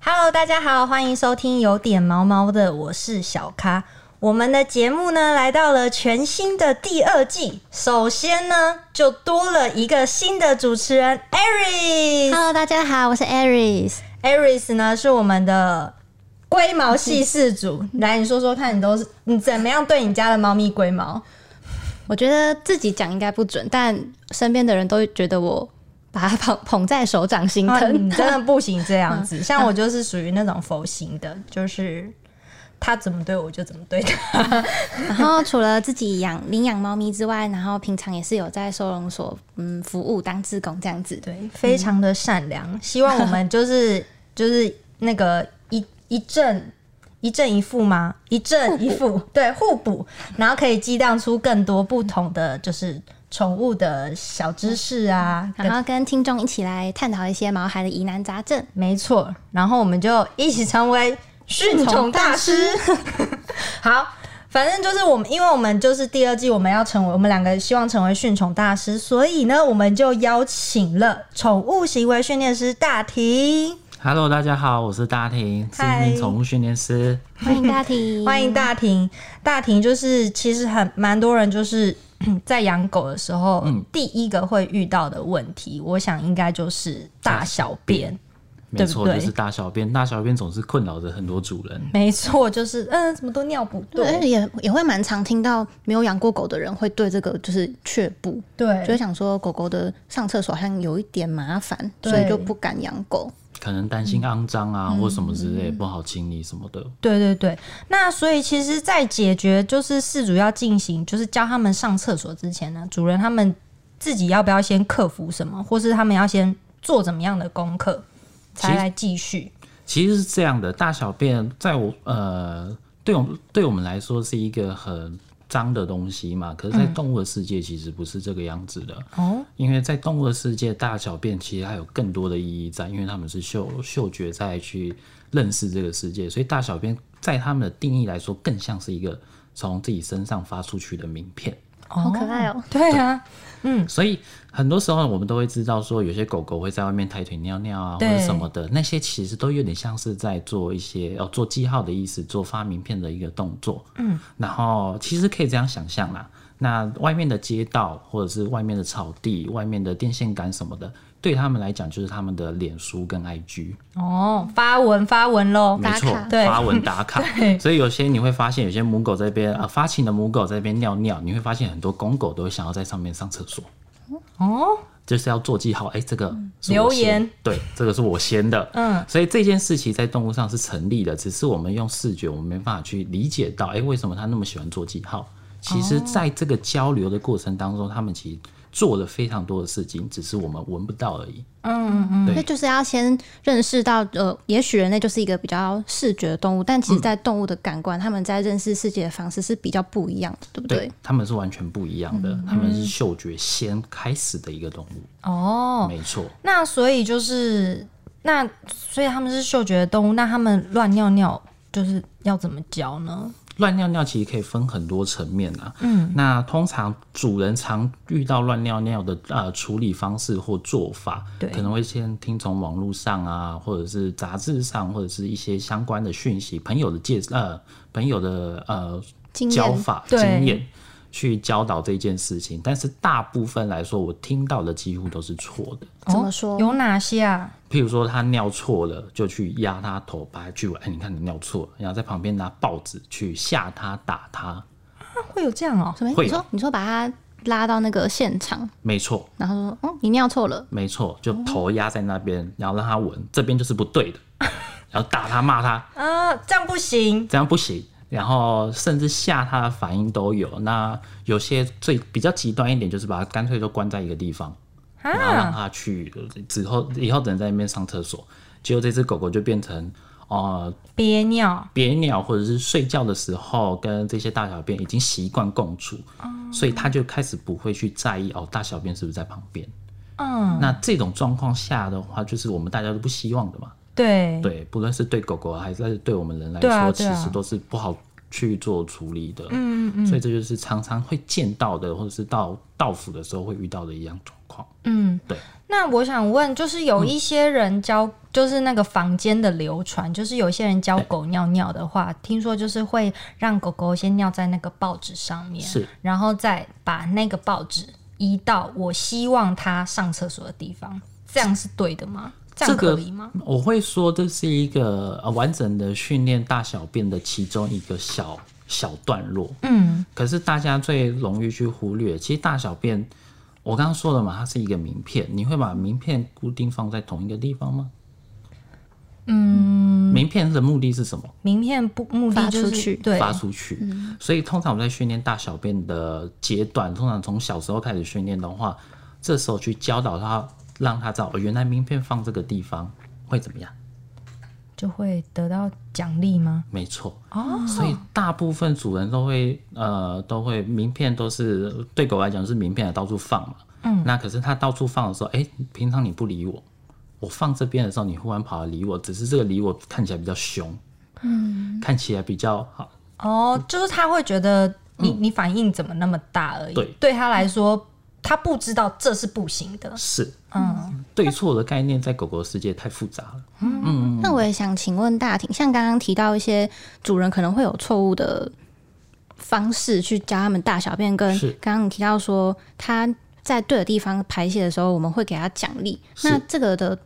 Hello，大家好，欢迎收听有点毛毛的，我是小咖。我们的节目呢，来到了全新的第二季。首先呢，就多了一个新的主持人 Aris。 Hello，大家好，我是 Aries。 Aris 呢，是我们的龟毛系事 主。来，你说说看，你都是你怎么样对你家的猫咪龟毛？我觉得自己讲应该不准，但身边的人都觉得我把它捧捧在手掌心啊疼。你真的不行这样 子。像我就是属于那种佛型的，就是他怎么对我就怎么对他。然后除了自己养领养猫咪之外，然后平常也是有在收容所嗯服务当志工这样子。对，非常的善良。希望我们就是 就是那个一一正一正一负吗？一正一负，对，互补，然后可以激荡出更多不同的就是宠物的小知识啊。跟嗯然后跟听众一起来探讨一些毛孩的疑难杂 症。没错，然后我们就一起成为驯宠大师。好，反正就是我们，因为我们就是第二季，我们要成为我们两个希望成为驯宠大师，所以呢，我们就邀请了宠物行为训练师大婷， Hello，大家好，我是大婷，知嗨名宠物训练师。欢迎大体，欢迎大婷。大婷就是其实很蛮多人就是 在养狗的时候，第一个会遇到的问题，我想应该就是大小便。没对不错，对就是大小便，大小便总是困扰着很多主人。没错，就是嗯，怎么都尿不对，对，也也会蛮常听到没有养过狗的人会对这个就是却步，对就会想说狗狗的上厕所好像有一点麻烦，对所以就不敢养狗。可能担心肮脏啊，嗯或什么之类不好清理什么的。对对对，那所以其实，在解决就是事主要进行就是教他们上厕所之前呢，主人他们自己要不要先克服什么，或是他们要先做怎么样的功课，其才实来继续？其实是这样的，大小便在我呃，对我们对我们来说是一个很脏的东西嘛，可是，在动物的世界其实不是这个样子的。哦，因为在动物的世界，大小便其实还有更多的意义在，因为他们是嗅嗅觉在去认识这个世界，所以大小便在他们的定义来说，更像是一个从自己身上发出去的名片。好可爱哦！对啊，所以很多时候我们都会知道说，有些狗狗会在外面抬腿尿尿啊，或对者什么的，那些其实都有点像是在做一些哦做记号的意思，做发名片的一个动作。嗯，然后其实可以这样想象啦，那外面的街道或者是外面的草地、外面的电线杆什么的，对他们来讲就是他们的脸书跟 IG。哦，发文发文喽，没错打卡，对发文打卡对。所以有些你会发现，有些母狗这边啊，发情的母狗这边尿尿，你会发现很多公狗都会想要在上面上厕所。哦，就是要做记号，哎、这个是嗯留我先言，对，这个是我先的， 嗯，所以这件事情在动物上是成立的，只是我们用视觉，我们没办法去理解到，哎、为什么它那么喜欢做记号？其哦实，在这个交流的过程当中，他们其实做了非常多的事情，只是我们闻不到而已。对那就是要先认识到，呃，也许人类就是一个比较视觉的动物，但其实，在动物的感官，他们在认识世界的方式是比较不一样的，对不对？他们是完全不一样的，嗯他们是嗅觉先开始的一个动物，哦，没错。那所以就是那所以他们是嗅觉的动物，那他们乱尿尿就是要怎么教呢？乱尿尿其实可以分很多层面啊。嗯，那通常主人常遇到乱尿尿的呃处理方式或做法，对可能会先听从网络上啊，或者是杂志上，或者是一些相关的讯息，朋友的介呃朋友的呃经验教法对经验。去教导这件事情，但是大部分来说，我听到的几乎都是错的。怎么说哦有哪些啊？譬如说他尿错了，就去压他头，把他去哎、你看你尿错了，然后在旁边拿报纸去吓他、打他，会有这样哦、什么？会你说你说把它拉到那个现场，没错，然后说，哦，你尿错了，没错，就头压在那边，然后让他闻，这边就是不对的，然后打他骂他，啊，这样不行。这样不行。然后甚至吓他的反应都有。那有些最比较极端一点，就是把他干脆就关在一个地方，嗯然后让啊他去之后以后只能在那边上厕所。结果这只狗狗就变成呃憋尿憋尿或者是睡觉的时候跟这些大小便已经习惯共处，所以他就开始不会去在意哦，大小便是不是在旁边。嗯，那这种状况下的话，就是我们大家都不希望的嘛。对，对，不论是对狗狗还是对我们人来嗯对说，啊其对啊实都是不好去做处理的。嗯嗯，所以这就是常常会见到的，或者是到到府的时候会遇到的一样状况。嗯，对。嗯那我想问，就是有一些人教就是那个房间的流传，就是有些人教狗尿尿的话，听说就是会让狗狗先尿在那个报纸上面，是然后再把那个报纸移到我希望它上厕所的地方，这样是对的吗？这样这个可以吗？我会说这是一个呃完整的训练大小便的其中一个小小段落。嗯，可是大家最容易去忽略，其实大小便，我刚刚说了嘛，它是一个名片，你会把名片固定放在同一个地方吗？嗯，名片的目的是什么？名片不目的就是发出去对嗯发出去。所以通常我们在训练大小便的阶段，通常从小时候开始训练的话，这时候去教导他，让他知道哦，原来名片放这个地方会怎么样。就会得到奖励吗？没错，哦，所以大部分主人都会呃都会名片都是对狗来讲是名片的到处放嘛，嗯，那可是它到处放的时候，哎、平常你不理我，我放这边的时候你忽然跑来理我，只是这个理我看起来比较凶，嗯，看起来比较好，哦，就是他会觉得你、你反应怎么那么大而已，对他来说，他不知道这是不行的，是嗯，对错的概念在狗狗世界太复杂了，嗯那我也想请问大婷，像刚刚提到一些主人可能会有错误的方式去教他们大小便，跟是刚刚你提到说他在对的地方排泄的时候，我们会给他奖励。是那这个的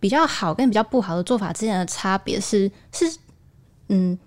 比较好跟比较不好的做法之间的差别是是嗯，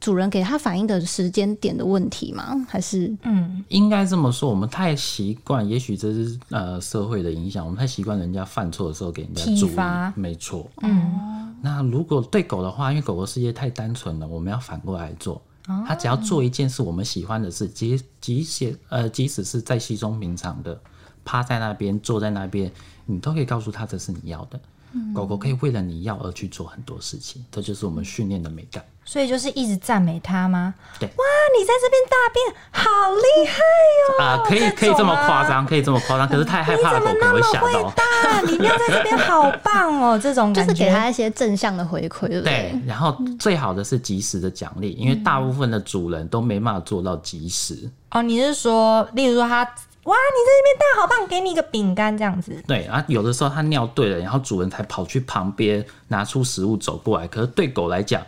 主人给他反应的时间点的问题吗？还是嗯应该这么说，我们太习惯，也许这是呃社会的影响，我们太习惯人家犯错的时候给人家体注罚意，没错，嗯，那如果对狗的话，因为狗狗世界太单纯了，我们要反过来做。哦它只要做一件事我们喜欢的事，即即使呃即使是再稀松平常的，趴在那边坐在那边，你都可以告诉它这是你要的。嗯狗狗可以为了你要而去做很多事情，这就是我们训练的美感。所以就是一直赞美他吗？对哇，你在这边大便好厉害啊、可以这种啊可以这么夸张，可以这么夸张，可是太害怕了，狗可能会吓到。啊！你尿在这边好棒哦，这种就感是 觉。给他一些正向的回馈，对不对？对，然后最好的是及时的奖励，因为大部分的主人都没办法做到及时。哦，你是说，例如说他，哇，你在这边大好棒，给你一个饼干这样子。对啊，有的时候它尿对了，然后主人才跑去旁边拿出食物走过来。可是对狗来讲，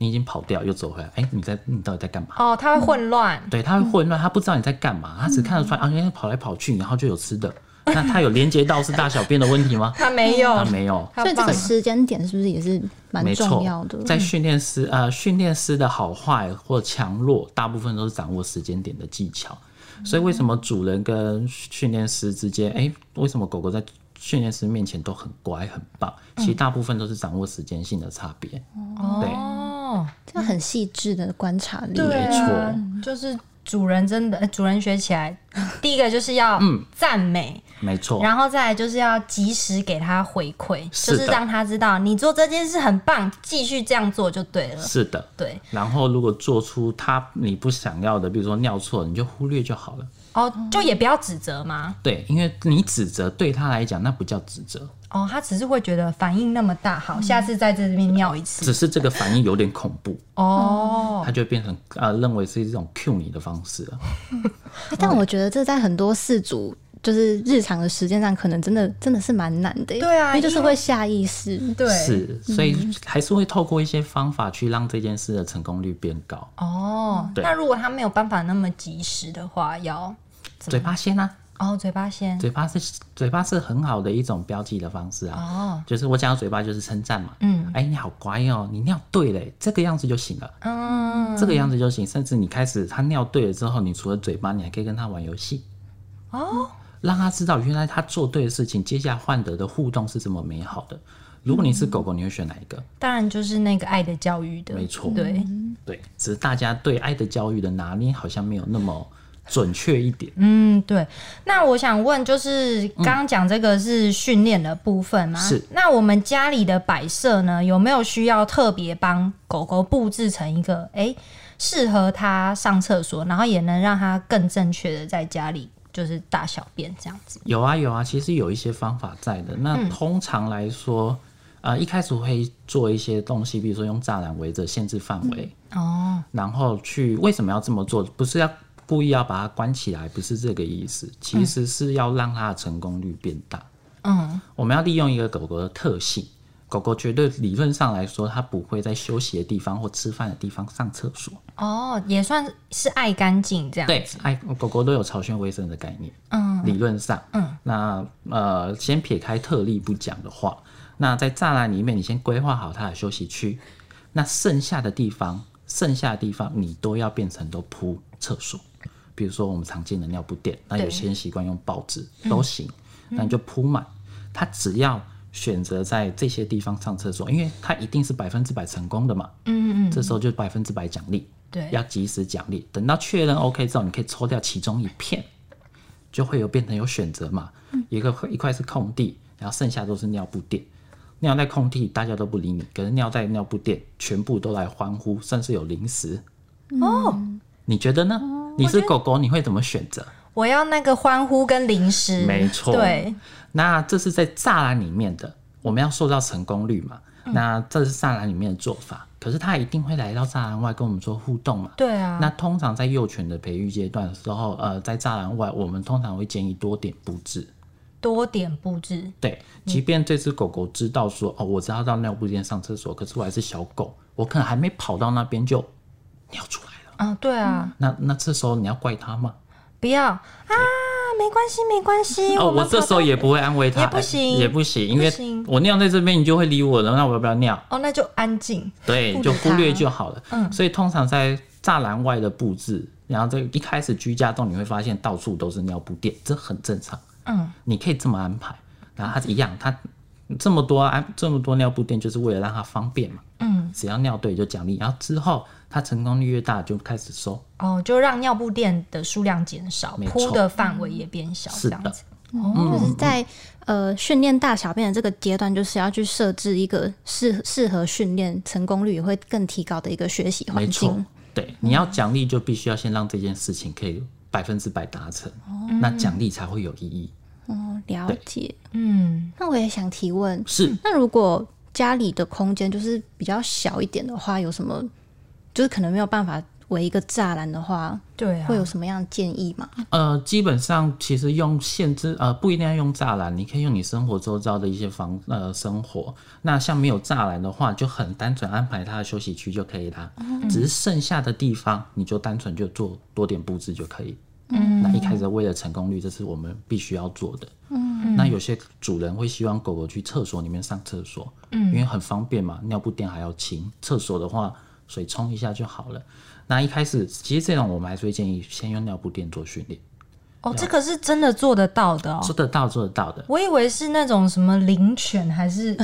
你已经跑掉又走回来，哎、你在你到底在干嘛？哦，他会混乱。？对，它会混乱，它不知道你在干嘛，它只看得出来啊，原来跑来跑去，然后就有吃的。那它有连接到是大小便的问题吗他没有啊，，没有，他所以这棒个时间点是不是也是蛮没重错要的？，嗯在训练师呃，训练师的好坏或强弱，大部分都是掌握时间点的技巧。嗯所以为什么主人跟训练师之间，哎、为什么狗狗在训练师面前都很乖很棒？嗯其实大部分都是掌握时间性的差别。对哦，这很细致的观察力。对啊没，就是主人真的，呃主人学起来，第一个就是要嗯赞美，没错，然后再来就是要及时给他回馈，是就的是让他知道你做这件事很棒，继续这样做就对了。是的。对，然后如果做出它你不想要的，比如说尿错，你就忽略就好了。哦，就也不要指责嘛。对，因为你指责对它来讲，那不叫指责，哦，他只是会觉得反应那么大，好，下次在这边尿一次。只嗯是这个反应有点恐怖，哦，它就变成呃认为是一种 cue 你的方式了。欸但嗯我觉得这在很多事主就是日常的时间上，可能真的真的是蛮难的耶。对啊因为就是因为会下意识。对，嗯是，所以还是会透过一些方法去让这件事的成功率变高。哦，对那如果他没有办法那么及时的话，要嘴巴先啊，哦嘴巴先嘴巴是嘴巴是很好的一种标记的方式啊。哦，就是我讲到嘴巴就是称赞嘛，嗯，哎、你好乖哦，你尿对了，这个样子就行了，嗯，这个样子就行。甚至你开始他尿对了之后，你除了嘴巴，你还可以跟他玩游戏，哦，让他知道原来他做对的事情，接下来换得的互动是这么美好的。如果你是狗狗，你会选哪一个？当然就是那个爱的教育的，没错对，对，只是大家对爱的教育的拿捏好像没有那么准确一点。嗯，对。那我想问，就是刚刚讲这个是训练的部分吗？嗯是那我们家里的摆设呢，有没有需要特别帮狗狗布置成一个诶适合它上厕所，然后也能让它更正确的在家里就是大小便这样子？有啊有啊，其实有一些方法在的。那通常来说，呃，一开始会做一些东西，比如说用栅栏围着限制范围，哦，然后去为什么要这么做？不是要故意要把它关起来，不是这个意思，其实是要让它的成功率变大。嗯，我们要利用一个狗狗的特性，狗狗绝对理论上来说，它不会在休息的地方或吃饭的地方上厕所。哦，也算是爱干净这样。对，爱狗狗都有巢穴卫生的概念。嗯，理论上，嗯，那呃，先撇开特例不讲的话，那在栅栏里面，你先规划好它的休息区，那剩下的地方，剩下的地方你都要变成都铺厕所。比如说我们常见的尿布垫，那有些人习惯用报纸都行，那你就铺满。它只要选择在这些地方上厕所，因为它一定是百分之百成功的嘛。嗯嗯，这时候就百分之百奖励。对要及时奖励。等到确认 OK 之后，你可以抽掉其中一片，就会有变成有选择嘛。一个一块是空地，然后剩下都是尿布垫。尿在空地大家都不理你，可是尿在尿布垫，全部都来欢呼，甚至有零食。哦，你哦觉得呢？你是狗狗，你会怎么选择？我要那个欢呼跟零食，嗯没错对，那这是在栅栏里面的，我们要塑造成功率嘛。那这是栅栏里面的做法，可是它一定会来到栅栏外跟我们做互动嘛。对啊，那通常在幼犬的培育阶段的时候，呃，在栅栏外，我们通常会建议多点布置。多点布置，对，即便这只狗狗知道说，哦，我知道到尿布间上厕所，可是我还是小狗，我可能还没跑到那边就尿出来了。嗯，对啊，那那这时候你要怪它吗？不要啊，没关系，没关系， 哦，们我这时候跑到也不会安慰它，也不行也不行，因不为行我尿在这边，你就会理我了。那我要不要尿？哦，那就安静，对，不就理忽它略就好了。所以通常在栅栏外的布置，然后这一开始居家洞，你会发现到处都是尿布垫，这很正常。嗯，你可以这么安排，然后它一样，它这么多安这么多尿布垫，就是为了让它方便嘛。嗯，只要尿对就奖励，然后之后它成功率越大，就开始收。哦，就让尿布垫的数量减少，没铺错的范围也变小，是这的样子。哦嗯就是在呃训练大小便的这个阶段，就是要去设置一个适适合训练成功率也会更提高的一个学习没环错境。，对，你要奖励就必须要先让这件事情可以百分之百达成，那奖励才会有意义。哦，了解。嗯，那我也想提问，是，那如果家里的空间就是比较小一点的话，有什么就是可能没有办法围一个栅栏的话，对啊，会有什么样的建议吗？呃，基本上其实用限制，呃，不一定要用栅栏，你可以用你生活周遭的一些房，呃，生活。那像没有栅栏的话，就很单纯安排它的休息区就可以啦。只是剩下的地方，你就单纯就做多点布置就可以。嗯，那一开始为了成功率，这是我们必须要做的。嗯，那有些主人会希望狗狗去厕所里面上厕所，嗯，因为很方便嘛，尿布垫还要清，厕所的话水冲一下就好了。那一开始，其实这种我们还是会建议先用尿布垫做训练。哦，这个是真的做得到的哦。做得到，做得到的。我以为是那种什么灵犬还 是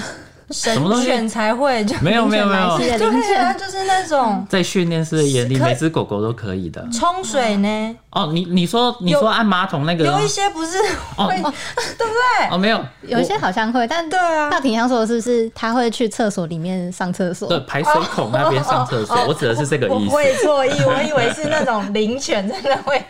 神么东西犬才会，就没有没有没有是，的灵 对犬啊，就是那种在训练师的眼里，可以每只狗狗都可以的。冲水呢，哦，你你说你说按马桶那个有一些不是 啊哦会，对不对？哦没有，有一些好像会，但对啊大婷想说的是不是他会去厕所里面上厕我对所？排水孔那边上厕所，我指的是这个哦我意思。会错意，我以为是那种灵犬真的 会，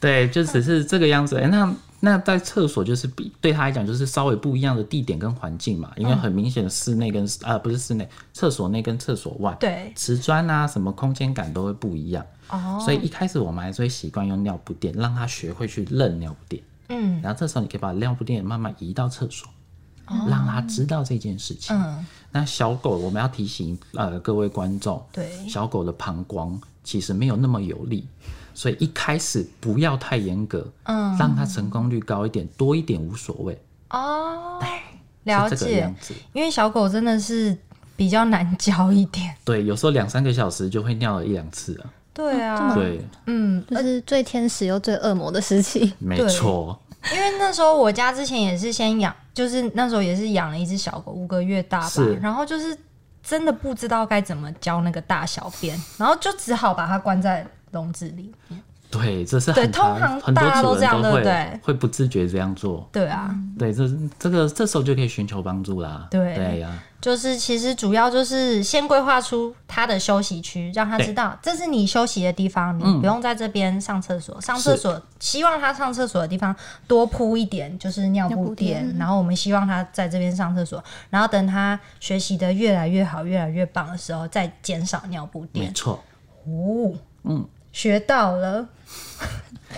对，就只是这个样子。哎那那在厕所就是比对他来讲就是稍微不一样的地点跟环境嘛，嗯因为很明显的室内跟啊、不是室内，厕所内跟厕所外，对瓷砖啊什么空间感都会不一样。哦，所以一开始我们还是会习惯用尿布垫，让他学会去认尿布垫。嗯，然后这时候你可以把尿布垫慢慢移到厕所，让他知道这件事情。哦嗯那小狗我们要提醒呃各位观众，对小狗的膀胱其实没有那么有力，所以一开始不要太严格，嗯，让它成功率高一点，多一点无所谓，哦，了是这个解样，子。因为小狗真的是比较难教一点，对，有时候两三个小时就会尿了一两次啊。 对啊，对，嗯，就是最天使又最恶魔的 时期。没对错，因为那时候我家之前也是先养，就是那时候也是养了一只小狗，五个月大吧是，然后就是真的不知道该怎么教那个大小便，然后就只好把它关在笼子里。对，这是对很通常常很大家多都主这样人对会不对会不自觉这样做。对啊，对，这这个这时候就可以寻求帮助啦。对对呀、就是其实主要就是先规划出它的休息区，让它对嗯知道这是你休息的地方，你不用在这边上厕所。上厕所希望它上厕所的地方多铺一点，就是尿尿布布垫垫。然后我们希望它在这边上厕所，然后等它学习的越来越好、越来越棒的时候，再减少尿布没垫。错。哦，嗯，学到了，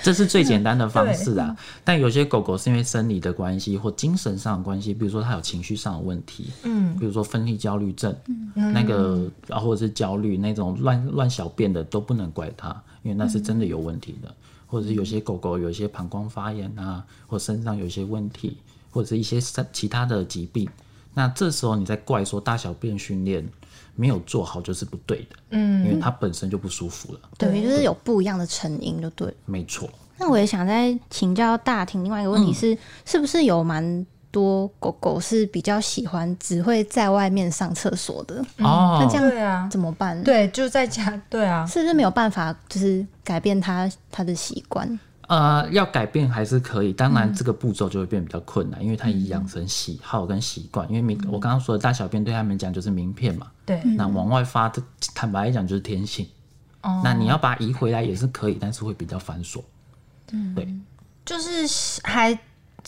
这是最简单的方式啊。但有些狗狗是因为生理的关系或精神上的关系，比如说它有情绪上的问题，嗯，比如说分离焦虑症，嗯那个啊或者是焦虑那种乱乱小便的都不能怪它，因为那是真的有问题的。或者是有些狗狗有一些膀胱发炎啊，或身上有一些问题，或者是一些身其他的疾病，那这时候你再怪说大小便训练没有做好就是不对的，嗯，因为它本身就不舒服了，等于就是有不一样的成因，就对了。没错。那我也想再请教大婷另外一个问题嗯是，是不是有蛮多狗狗是比较喜欢只会在外面上厕所的？嗯哦，那这对样啊，怎么办？，对，就在家，对啊，是不是没有办法就是改变它它的习惯？呃，要改变还是可以，当嗯然这个步骤就会变比较困难，因为它已养成喜好跟习惯。因为嗯名、我刚刚说的大小便对他们讲就是名片嘛，对，那往外发，这坦白来讲就是天性。哦那你要把它移回来也是可以，但是会比较繁琐。对，就是还。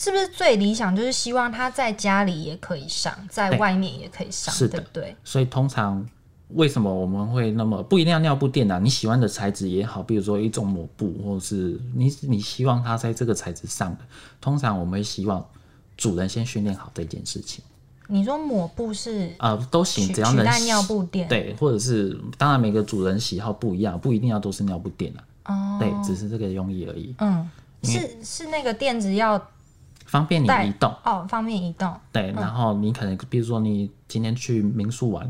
是不是最理想就是希望他在家里也可以上，在对外面也可以上，是的对不对？所以通常为什么我们会那么不一定要尿布垫啊？你喜欢的材质也好，比如说一种抹布，或是你你希望它在这个材质上的，通常我们会希望主人先训练好这件事情。你说抹布是呃，都取行，只要取能代洗尿布垫，对，或者是当然每个主人喜好不一样，不一定要都是尿布垫啊。哦，对，只是这个用意而已，嗯，是是那个垫子要方便你带移动。哦，方便移动，对，然后你可能比如说你今天去民宿玩，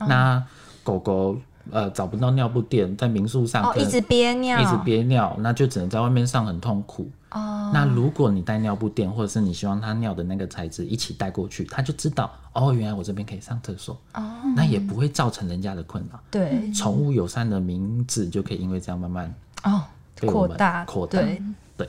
嗯那狗狗呃找不到尿布垫，在民宿上哦，可一能直憋尿，一直憋尿，那就只能在外面上，很痛苦。哦，那如果你带尿布垫，或者是你希望它尿的那个材质一起带过去，它就知道哦，原来我这边可以上厕所，哦那也不会造成人家的困扰。对，嗯宠物友善的名字就可以因为这样慢慢哦，被我扩们大，扩大对，对，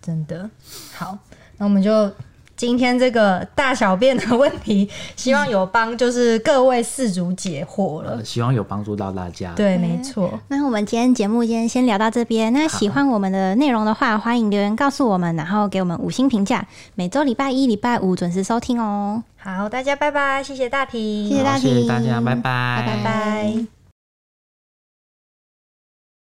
真的好，那我们就今天这个大小便的问题，希望有帮就是各位饲主解惑了呃，。希望有帮助到大家。，嗯对，没错，那我们今天节目今天先聊到这边。那喜欢我们的内容的话，欢迎留言告诉我们，然后给我们五星评价。每周礼拜一、礼拜五准时收听哦。好，大家拜拜，谢谢大提，谢谢大好，谢谢婷大家，拜拜拜拜。